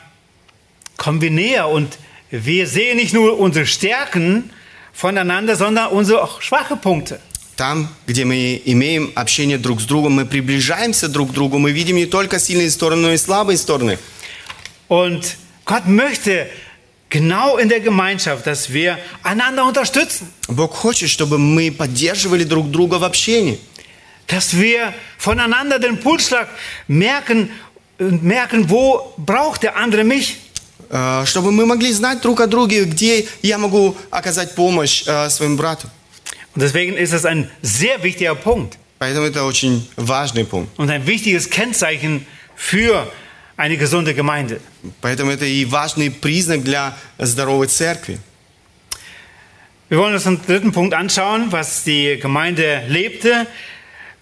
Speaker 1: kommen wir näher und wir sehen nicht nur unsere Stärken voneinander, sondern unsere auch schwache Punkte.
Speaker 2: Там, где мы имеем общение друг с другом, мы приближаемся друг к другу, мы видим не только сильные стороны, но и слабые стороны.
Speaker 1: Und Gott möchte genau in der Gemeinschaft, dass wir einander unterstützen,
Speaker 2: Бог хочет, чтобы мы поддерживали друг друга в общении,
Speaker 1: dass wir voneinander den Pulsschlag merken und merken, wo braucht der andere mich.
Speaker 2: э, чтобы мы могли знать друг о друге, где я могу оказать помощь э, своему брату.
Speaker 1: Und deswegen ist es ein sehr wichtiger Punkt
Speaker 2: Поэтому это очень важный пункт.
Speaker 1: und ein wichtiges Kennzeichen für eine gesunde Gemeinde.
Speaker 2: Поэтому это и важный признак для здоровой церкви.
Speaker 1: Wir wollen uns den dritten Punkt anschauen, was die Gemeinde lebte.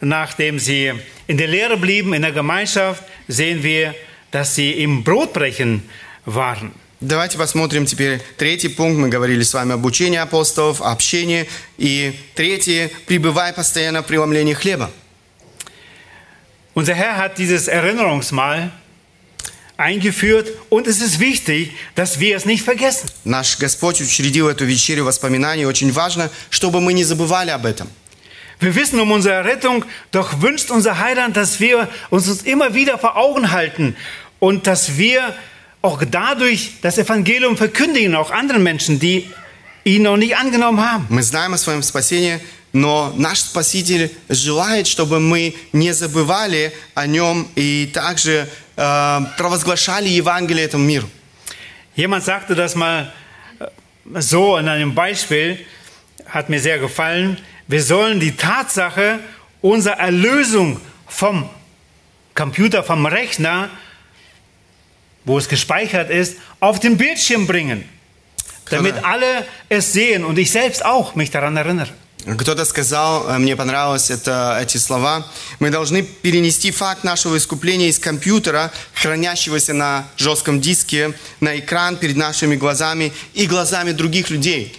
Speaker 1: Nachdem sie in der Lehre blieben, in der Gemeinschaft, sehen wir, dass sie im Brotbrechen waren.
Speaker 2: Давайте посмотрим теперь третий пункт. Мы говорили с вами обучение апостолов, общение. И третий – пребывай постоянно в преломлении хлеба.
Speaker 1: Unser Herr hat dieses Erinnerungsmahl eingeführt und es ist wichtig, dass wir es nicht vergessen.
Speaker 2: Наш Господь учредил эту вечерю воспоминаний. Очень важно, чтобы мы не забывали об этом.
Speaker 1: Wir wissen um unsere Rettung, doch wünscht unser Heiland, dass wir uns das immer wieder vor Augen halten und dass wir auch dadurch das Evangelium verkündigen, auch anderen Menschen, die ihn noch nicht angenommen haben.
Speaker 2: Мы знаем о своем спасении, но наш Спаситель желает, чтобы мы не забывали о нем и также э, провозглашали Евангелие этому миру.
Speaker 1: Jemand sagte das mal äh, so in einem Beispiel, hat mir sehr gefallen. Wir sollen die Tatsache unserer Erlösung vom Computer, vom Rechner, wo es gespeichert ist, auf den Bildschirm bringen, damit
Speaker 2: Genau.
Speaker 1: alle es sehen und ich selbst auch mich daran erinnere.
Speaker 2: Кто-то сказал, э, мне понравилось это, эти слова, мы должны перенести факт нашего искупления из компьютера, хранящегося на жестком диске, на экран перед нашими глазами и глазами других людей.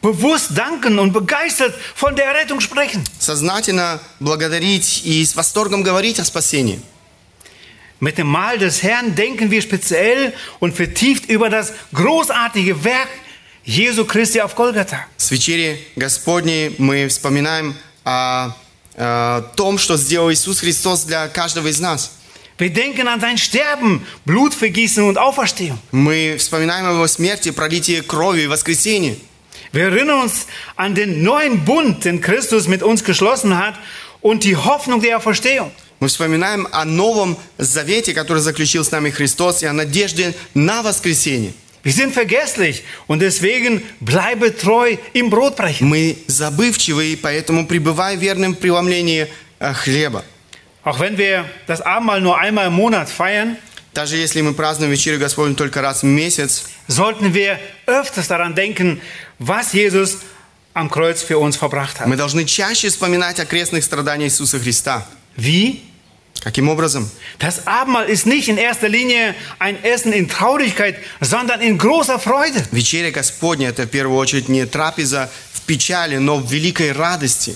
Speaker 1: Bewusst danken und begeistert von der Rettung sprechen.
Speaker 2: сознательно благодарить и с восторгом говорить о спасении.
Speaker 1: Mit dem Mahl des Herrn denken wir speziell und vertieft über das großartige Werk Jesu Christi auf Golgatha.
Speaker 2: С вечери Господней мы вспоминаем о, э, том, что сделал Иисус Христос для каждого из нас.
Speaker 1: Wir denken an sein Sterben, Blutvergießen und Auferstehung.
Speaker 2: Мы вспоминаем о Его смерти, пролитии крови и воскресении.
Speaker 1: Wir erinnern uns an den neuen Bund, den Christus mit uns geschlossen hat und die Hoffnung der Auferstehung.
Speaker 2: Мы вспоминаем о Новом Завете, который заключил с нами Христос, и о надежде на воскресение.
Speaker 1: Wir sind vergesslich und deswegen bleibe treu im Brotbrechen.
Speaker 2: Мы забывчивы, и поэтому пребывай верным в преломлении э, хлеба.
Speaker 1: Auch wenn wir das Abendmahl nur einmal im Monat feiern,
Speaker 2: Даже если мы празднуем вечерю Господню только раз в месяц,
Speaker 1: sollten wir öfters daran denken, was Jesus am Kreuz für uns verbracht hat.
Speaker 2: Мы должны чаще вспоминать о крестных страданиях Иисуса Христа.
Speaker 1: Wie?
Speaker 2: Каким образом?
Speaker 1: Das Abendmahl ist nicht in erster Linie ein Essen in Traurigkeit, sondern in großer Freude.
Speaker 2: Вечеря Господня – это в первую очередь не трапеза в печали, но в великой радости.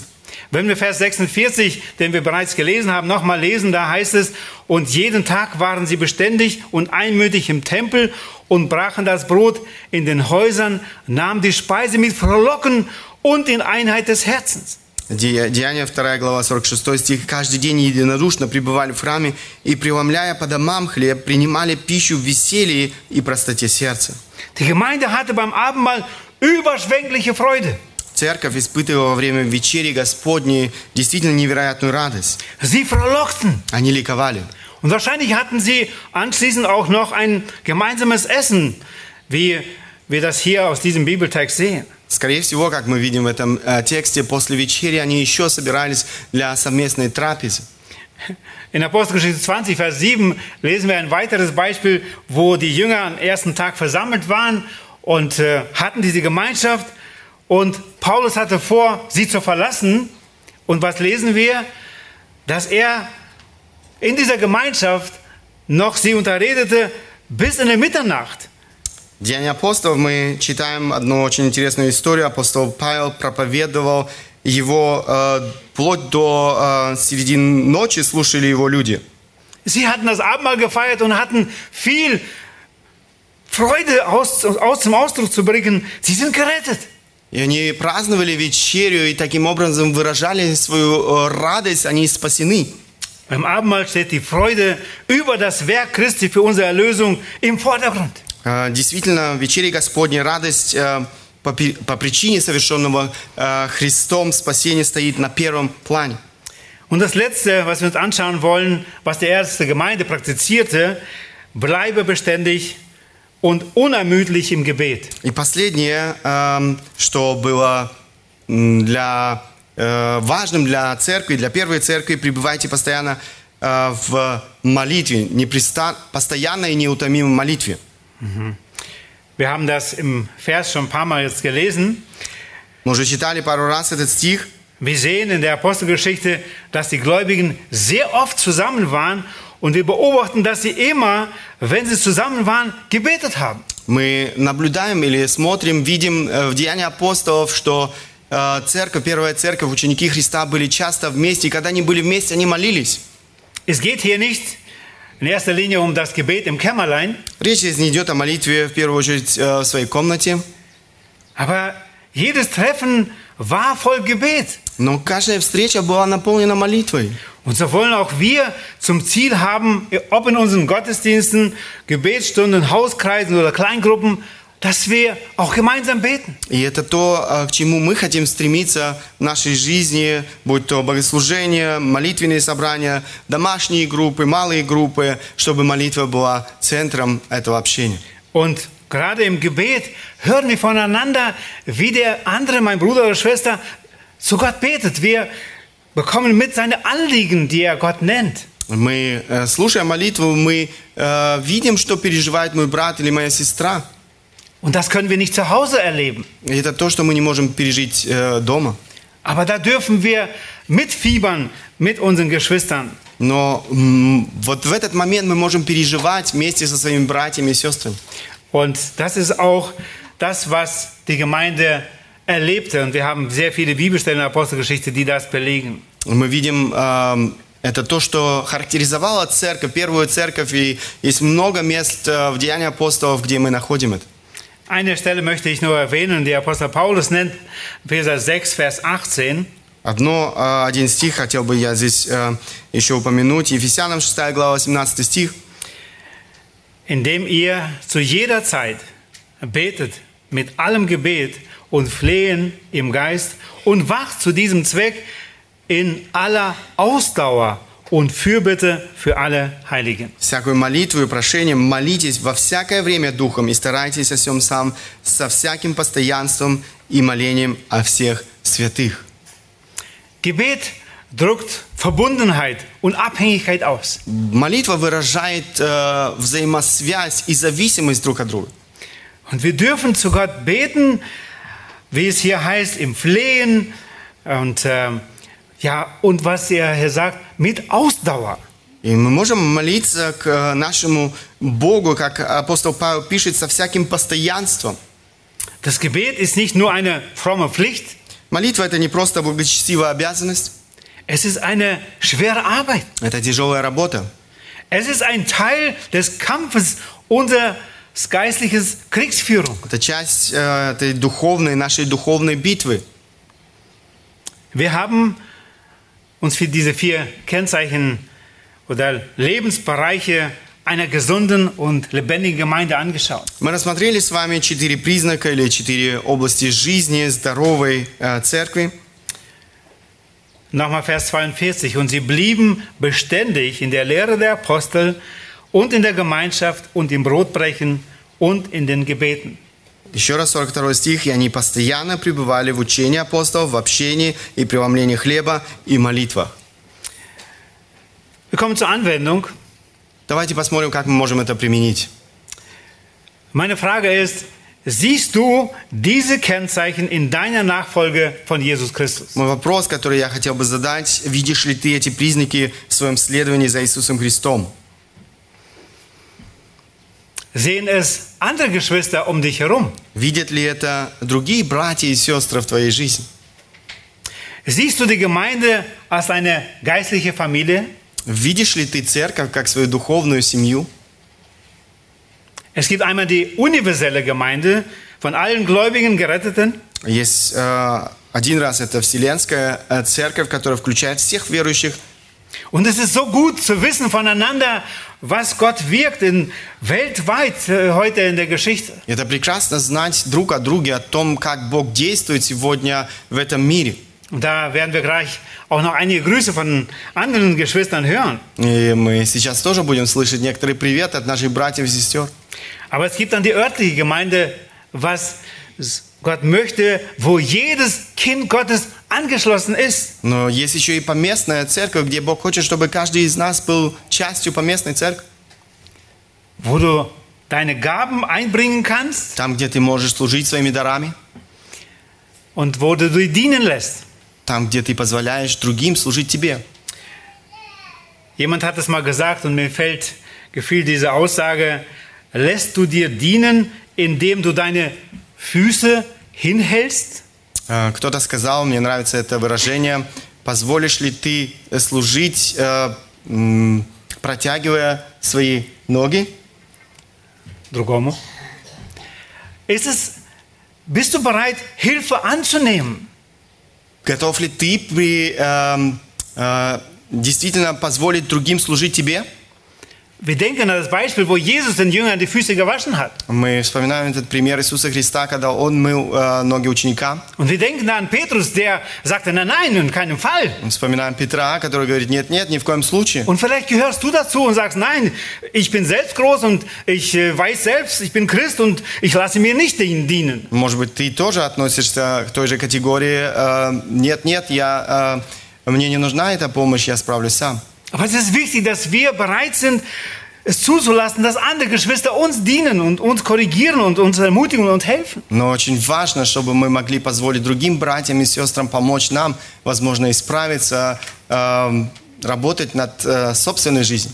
Speaker 1: Wenn wir Vers 46, den wir bereits gelesen haben, nochmal lesen, da heißt es, und jeden Tag waren sie beständig und einmütig im Tempel und brachen das Brot in den Häusern, nahmen die Speise mit Frohlocken und in Einheit des Herzens.
Speaker 2: Де- Деяния 2 глава 46 стих. «Каждый день единодушно пребывали в храме и, преломляя по домам хлеб, принимали пищу в веселье и простоте сердца».
Speaker 1: Die Gemeinde hatte beim Abendmahl überschwängliche Freude.
Speaker 2: церковь испытывала во время вечери Господней действительно невероятную радость.
Speaker 1: Sie frohlockten.
Speaker 2: Они ликовали.
Speaker 1: Und wahrscheinlich hatten sie anschließend auch noch ein gemeinsames Essen, wie wir das hier aus diesem Bibeltext sehen.
Speaker 2: Скорее всего, как мы видим в этом э, тексте, после вечери они еще собирались для совместной трапезы.
Speaker 1: In Apostelgeschichte 20, Vers 7 lesen wir ein weiteres Beispiel, wo die Jünger am ersten Tag versammelt waren und äh, hatten diese Gemeinschaft. Und Paulus hatte vor, sie zu verlassen. Und was lesen wir? Dass er in dieser Gemeinschaft noch sie unterredete bis in der Mitternacht.
Speaker 2: Деяния апостолов мы читаем одну очень интересную историю. Апостол Павел проповедовал его э, вплоть до э, середины ночи, слушали его люди.
Speaker 1: Sie hatten das Abendmahl gefeiert und hatten viel Freude aus, aus zum Ausdruck zu bringen. Sie sind gerettet.
Speaker 2: И они праздновали вечерю и таким образом выражали свою э, радость, они спасены.
Speaker 1: Beim Abendmahl steht die Freude über das Werk Christi für unsere Erlösung im Vordergrund.
Speaker 2: Э, Действительно, в вечере Господня радость э, по, пи- по причине совершенного э, Христом спасения стоит на первом плане.
Speaker 1: Und das Letzte, was wir uns anschauen wollen, was die erste Gemeinde praktizierte, bleibe beständig und unermüdlich im Gebet.
Speaker 2: И последнее, эм, что было м, для, э, важным для церкви, для первой церкви, пребывайте постоянно э, в молитве, непреста- постоянной и неутомимой молитве.
Speaker 1: Wir haben das im Vers schon ein paar Mal jetzt gelesen.
Speaker 2: Мы уже читали пару раз этот стих.
Speaker 1: Wir sehen in der Apostelgeschichte, dass die Gläubigen sehr oft zusammen waren und wir beobachten, dass sie immer, wenn sie zusammen waren, gebetet haben.
Speaker 2: Мы наблюдаем или смотрим, видим э, в Деянии апостолов, что э, церковь, первая церковь, ученики Христа были часто вместе, и когда они были вместе, они молились.
Speaker 1: Es geht hier nicht in erster Linie um das Gebet im Kämmerlein,
Speaker 2: Речь здесь не идет о молитве, в первую очередь, э, в своей комнате,
Speaker 1: aber jedes Treffen war voll Gebet.
Speaker 2: но каждая встреча была наполнена молитвой.
Speaker 1: Und so wollen auch wir zum Ziel haben, ob in unseren Gottesdiensten, Gebetsstunden, Hauskreisen oder Kleingruppen, dass wir auch gemeinsam beten.
Speaker 2: И это то, э, к чему мы хотим стремиться в нашей жизни, будь то богослужение, молитвенные собрания, домашние группы, малые группы, чтобы молитва была центром этого общения.
Speaker 1: Und gerade im Gebet hören wir voneinander, wie der andere, mein Bruder oder Schwester, zu Gott betet. Wir bekommen mit seine Anliegen, die er Gott nennt.
Speaker 2: Мы, э, слушая молитву, мы э, видим, что переживает мой брат или моя сестра.
Speaker 1: Und das können wir nicht zu Hause erleben.
Speaker 2: И это то, что мы не можем пережить э, дома.
Speaker 1: Aber da dürfen wir mitfiebern mit unseren Geschwistern.
Speaker 2: Но м, вот в этот момент мы можем переживать вместе со своими братьями и сестрами.
Speaker 1: Und das ist auch das, was die Gemeinde erlebte. Und wir haben sehr viele Bibelstellen in der Apostelgeschichte, die das belegen.
Speaker 2: Мы видим, эм, это то, что характеризовало церковь, первую церковь, и есть много мест э, в Деянии апостолов, где мы находим это.
Speaker 1: Eine Stelle möchte ich nur erwähnen, die Apostel Paulus nennt, Epheser 6, Vers 18.
Speaker 2: Одно, э, один стих хотел бы я здесь э, еще упомянуть. Ефесянам 6 глава 18 стих.
Speaker 1: indem ihr zu jeder Zeit betet mit allem Gebet und Flehen im Geist und wacht zu diesem Zweck in aller Ausdauer und Fürbitte für alle Heiligen.
Speaker 2: Всякую молитву и прошение молитесь во всякое время Духом и старайтесь о всем сам со всяким постоянством и молением о всех святых.
Speaker 1: Gebet drückt Verbundenheit und Abhängigkeit aus.
Speaker 2: Молитва выражает э, взаимосвязь и зависимость друг от друга.
Speaker 1: Und wir dürfen zu Gott beten, wie es hier heißt, im Flehen und, ähm, ja, und was er hier sagt, mit Ausdauer.
Speaker 2: И мы можем молиться к э, нашему Богу, как апостол Павел пишет, со всяким постоянством.
Speaker 1: Das Gebet ist nicht nur eine fromme Pflicht,
Speaker 2: Молитва – это не просто благочестивая обязанность,
Speaker 1: Es ist eine schwere Arbeit.
Speaker 2: это тяжелая работа.
Speaker 1: Es ist ein Teil des Kampfes unseres geistlichen Kriegsführung.
Speaker 2: Это часть э, этой духовной, нашей духовной битвы.
Speaker 1: Wir haben uns für diese vier Kennzeichen oder Lebensbereiche einer gesunden und lebendigen Gemeinde angeschaut.
Speaker 2: Мы рассмотрели с вами четыре признака или четыре области жизни здоровой э, церкви.
Speaker 1: Nochmal Vers 42. Und sie blieben beständig in der Lehre der Apostel und in der Gemeinschaft und im Brotbrechen und in den Gebeten.
Speaker 2: Еще раз 42 стих. «И они постоянно пребывали в учении апостолов, в общении и преломлении хлеба и молитвах».
Speaker 1: Wir kommen zur Anwendung.
Speaker 2: Давайте посмотрим, как мы можем это применить.
Speaker 1: Meine Frage ist, siehst du diese Kennzeichen in deiner Nachfolge von Jesus Christus?
Speaker 2: Мой вопрос, который я хотел бы задать, видишь ли ты эти признаки в своем следовании за Иисусом Христом?
Speaker 1: Sehen es andere Geschwister um dich herum?
Speaker 2: Видят ли это другие братья и сестры в твоей жизни?
Speaker 1: Siehst du die Gemeinde als eine geistliche Familie?
Speaker 2: Видишь ли ты церковь как свою духовную семью?
Speaker 1: Es gibt einmal die universelle Gemeinde von allen Gläubigen Geretteten.
Speaker 2: Есть э, один раз это Вселенская э, церковь, которая включает всех верующих.
Speaker 1: Und es ist so gut zu wissen voneinander, was Gott wirkt in, weltweit äh, heute in der Geschichte.
Speaker 2: Это прекрасно знать друг о друге, о том, как Бог действует сегодня в этом мире.
Speaker 1: Und da werden wir gleich auch noch einige Grüße von anderen Geschwistern hören.
Speaker 2: И мы сейчас тоже будем слышать некоторые приветы от наших братьев и сестер.
Speaker 1: Aber es gibt dann die örtliche Gemeinde, was Gott möchte, wo jedes Kind Gottes angeschlossen ist.
Speaker 2: Но есть еще и поместная церковь, где Бог хочет, чтобы каждый из нас был частью поместной церкви.
Speaker 1: Wo du deine Gaben einbringen kannst
Speaker 2: Там, где ты можешь служить своими дарами,
Speaker 1: und wo du dir dienen lässt.
Speaker 2: там, где ты позволяешь другим служить тебе.
Speaker 1: Jemand hat es mal gesagt und mir fällt, gefiel diese Aussage, lässt du dir dienen, indem du deine Füße hinhältst?
Speaker 2: Э, Кто-то сказал, мне нравится это выражение, позволишь ли ты э, служить, э, м, протягивая свои ноги?
Speaker 1: Drugomo. Ist es, bist du bereit, Hilfe anzunehmen?
Speaker 2: Готов ли ты при, эм, э, действительно позволить другим служить тебе?
Speaker 1: Wir denken an das Beispiel, wo Jesus den Jüngern die Füße gewaschen hat.
Speaker 2: Мы вспоминаем этот пример Иисуса Христа, когда Он мыл э, ноги ученика.
Speaker 1: Und wir denken an Petrus, der sagte, nein, nein, in keinem Fall.
Speaker 2: Мы Вспоминаем Петра, который говорит, нет, нет, ни в коем случае.
Speaker 1: Und vielleicht gehörst du dazu und sagst, nein, ich bin selbst groß und ich äh, weiß selbst, ich bin Christ und ich lasse mir nicht denen dienen.
Speaker 2: Может быть, ты тоже относишься к той же категории, э, нет, нет, я, э, мне не нужна эта помощь, я справлюсь сам.
Speaker 1: Aber es ist wichtig, dass wir bereit sind, es zuzulassen, dass andere Geschwister uns dienen und uns korrigieren und uns ermutigen und helfen.
Speaker 2: Но очень важно, чтобы мы могли позволить другим братьям и сестрам помочь нам, возможно, исправиться, э, работать над э, собственной жизнью.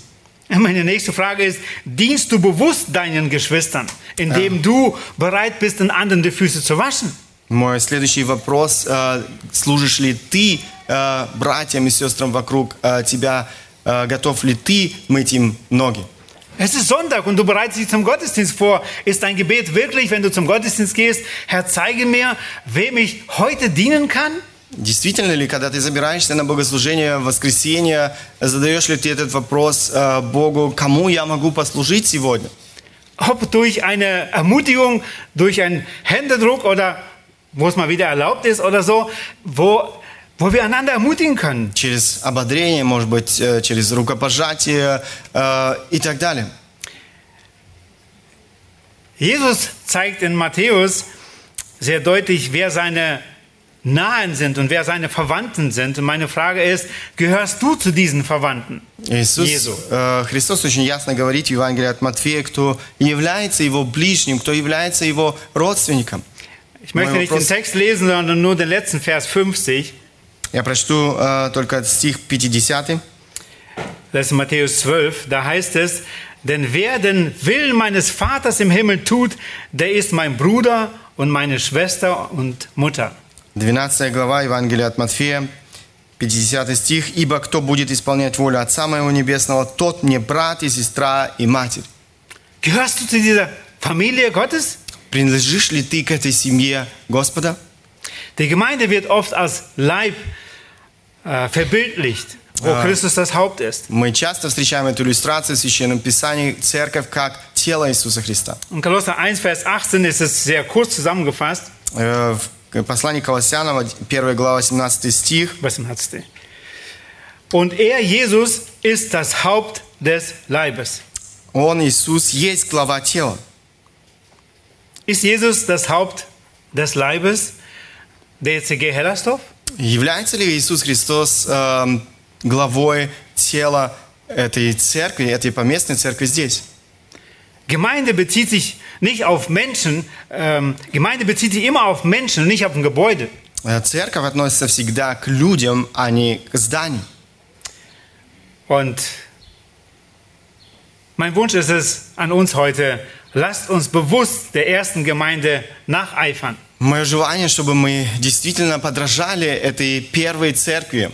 Speaker 1: Meine nächste Frage ist, dienst du bewusst deinen Geschwistern, indem du bereit bist, den anderen die Füße zu waschen?
Speaker 2: Мой следующий вопрос, э, служишь ли ты э, братьям и сестрам вокруг э, тебя, э, готов ли ты мыть им ноги?
Speaker 1: Es ist Sonntag und du bereitest dich zum Gottesdienst vor. Ist dein Gebet wirklich, wenn du zum Gottesdienst gehst, Herr, zeige mir, wem ich heute dienen kann?
Speaker 2: Действительно ли, когда ты забираешься на богослужение в воскресенье, задаешь ли ты этот вопрос э, Богу, кому я могу послужить сегодня?
Speaker 1: Ob durch eine Ermutigung, durch einen Händedruck oder wo es mal wieder erlaubt ist oder so, wo, wo wir einander ermutigen können.
Speaker 2: Через ободрение, может быть, э, через рукопожатие э, и так далее.
Speaker 1: Jesus zeigt in Matthäus sehr deutlich, wer seine Nahen sind und wer seine Verwandten sind. Und meine Frage ist, gehörst du zu diesen Verwandten?
Speaker 2: Иисус,
Speaker 1: Иисус.
Speaker 2: э, Христос очень ясно говорит в Евангелии от Матфея, кто является его ближним, кто является его родственником.
Speaker 1: Ich möchte
Speaker 2: Mein
Speaker 1: nicht den
Speaker 2: Wort-
Speaker 1: Text lesen, sondern nur den letzten Vers 50.
Speaker 2: Я прочту э, только стих 50.
Speaker 1: Das ist Matthäus 12, da heißt es, denn wer den Willen meines Vaters im Himmel tut, der ist mein Bruder und meine Schwester und Mutter.
Speaker 2: 12 глава Евангелия от Матфея, 50 стих. «Ибо кто будет исполнять волю Отца Моего Небесного, тот мне брат и сестра и матерь».
Speaker 1: Gehörst du zu dieser Familie Gottes?
Speaker 2: Принадлежишь ли ты к этой семье Господа?
Speaker 1: Die Gemeinde wird oft als Leib äh, verbildlicht wo Christus das Haupt ist.
Speaker 2: Мы часто встречаем эту иллюстрацию в Священном Писании, церковь как тело Иисуса Христа.
Speaker 1: In Kolosser 1, Vers 18 ist es sehr kurz zusammengefasst.
Speaker 2: Э, В послании Колоссянова, 1 глава, 17 стих.
Speaker 1: Was im Herz steht. Und er, Jesus, ist das Haupt des Leibes.
Speaker 2: Он, Иисус, есть глава тела.
Speaker 1: Ist Jesus das Haupt des Leibes? DCG Hellersdorf?
Speaker 2: Является ли Иисус Христос эм, главой тела этой церкви, этой поместной церкви здесь?
Speaker 1: Gemeinde bezieht sich nicht auf Menschen, ähm, Gemeinde bezieht sich immer auf Menschen und nicht auf ein Gebäude.
Speaker 2: Э, Церковь относится всегда к людям, а не к зданию.
Speaker 1: Und mein Wunsch ist es an uns heute, lasst uns bewusst der ersten Gemeinde nacheifern.
Speaker 2: Мое желание, чтобы мы действительно подражали этой первой церкви.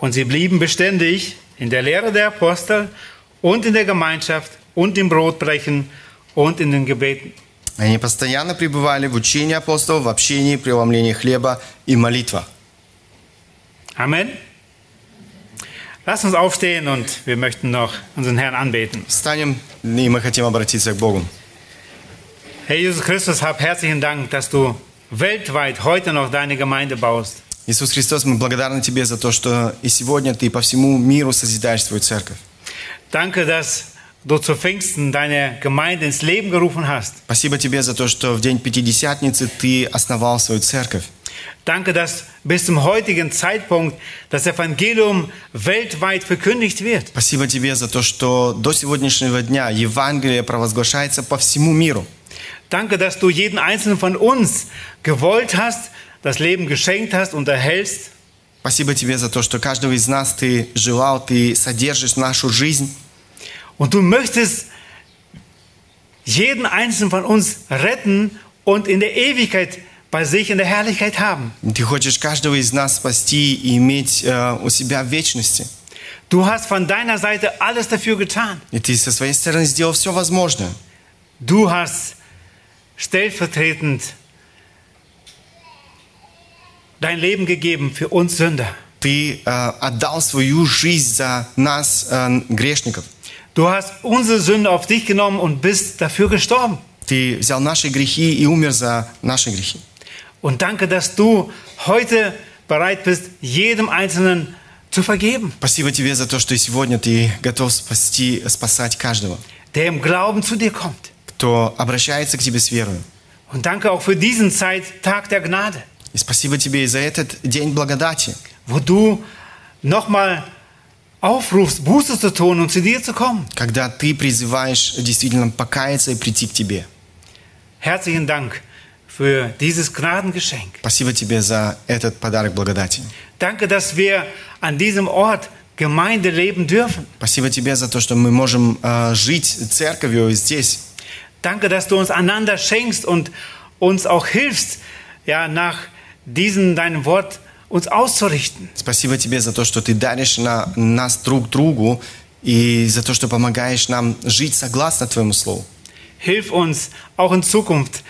Speaker 1: Und sie blieben beständig in der Lehre der Apostel und in der Gemeinschaft und im Brotbrechen und in den Gebeten.
Speaker 2: Они постоянно пребывали в учении апостолов, в общении, преломлении хлеба и молитва.
Speaker 1: Amen. Lasst uns aufstehen und wir möchten noch unseren Herrn anbeten.
Speaker 2: Встанем, и мы хотим обратиться к Богу.
Speaker 1: Herr Jesus Christus, hab herzlichen Dank, dass du weltweit heute noch deine Gemeinde baust.
Speaker 2: Иисус Христос, мы благодарны Тебе за то, что и сегодня Ты по всему миру созидаешь Твою церковь.
Speaker 1: Danke, dass du zu Pfingsten deine Gemeinde ins Leben gerufen hast.
Speaker 2: Спасибо Тебе за то, что в день Пятидесятницы Ты основал свою церковь.
Speaker 1: Danke, dass bis zum heutigen Zeitpunkt das Evangelium weltweit verkündigt wird.
Speaker 2: Спасибо Тебе за то, что до сегодняшнего дня Евангелие провозглашается по всему миру.
Speaker 1: Danke, dass du jeden einzelnen von uns gewollt hast, das Leben geschenkt hast und erhältst.
Speaker 2: Спасибо Тебе за то, что каждого из нас Ты желал, Ты содержишь нашу жизнь.
Speaker 1: Und du möchtest jeden einzelnen von uns retten und in der Ewigkeit bei sich in der Herrlichkeit haben.
Speaker 2: Ты хочешь каждого из нас спасти и иметь э, у себя в вечности.
Speaker 1: Du hast von deiner Seite alles dafür getan.
Speaker 2: И Ты со своей стороны сделал все возможное.
Speaker 1: Du hast stellvertretend dein Leben gegeben für uns Sünder.
Speaker 2: Ты э, отдал свою жизнь за нас, э, грешников.
Speaker 1: Du hast unsere Sünde auf dich genommen und bist dafür gestorben.
Speaker 2: Ты взял наши грехи и умер за наши грехи.
Speaker 1: Und danke, dass du heute bereit bist, jedem Einzelnen zu vergeben,
Speaker 2: Спасибо тебе за то, что и сегодня ты готов спасти, спасать каждого,
Speaker 1: der im Glauben zu dir kommt.
Speaker 2: кто обращается к тебе с верою.
Speaker 1: Und danke auch für diesen Zeit, Tag der Gnade,
Speaker 2: И спасибо тебе и за этот день благодати,
Speaker 1: wo du nochmal aufrufst, Buße zu tun und zu dir zu kommen.
Speaker 2: когда ты призываешь действительно покаяться и прийти к тебе.
Speaker 1: Herzlichen Dank für dieses Gnadengeschenk.
Speaker 2: Спасибо тебе за этот подарок благодати.
Speaker 1: Danke, dass wir an diesem Ort Gemeinde leben dürfen.
Speaker 2: Спасибо тебе за то, что мы можем э, жить церковью здесь.
Speaker 1: Danke, dass du uns einander schenkst und uns auch hilfst, ja, nach diesem deinem Wort uns auszurichten.
Speaker 2: Спасибо тебе за то, что ты даришь на нас друг другу и за то, что помогаешь нам жить согласно твоему слову.
Speaker 1: Hilf uns auch in Zukunft,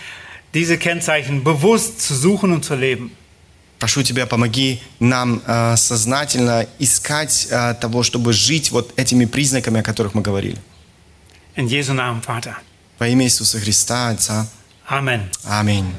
Speaker 1: diese Kennzeichen bewusst zu suchen und zu leben.
Speaker 2: Прошу тебя, помоги нам э, сознательно искать э, того, чтобы жить вот этими признаками, о которых мы говорили.
Speaker 1: In Jesu Namen, Vater.
Speaker 2: Во имя Иисуса Христа, Отца.
Speaker 1: Amen.
Speaker 2: Аминь.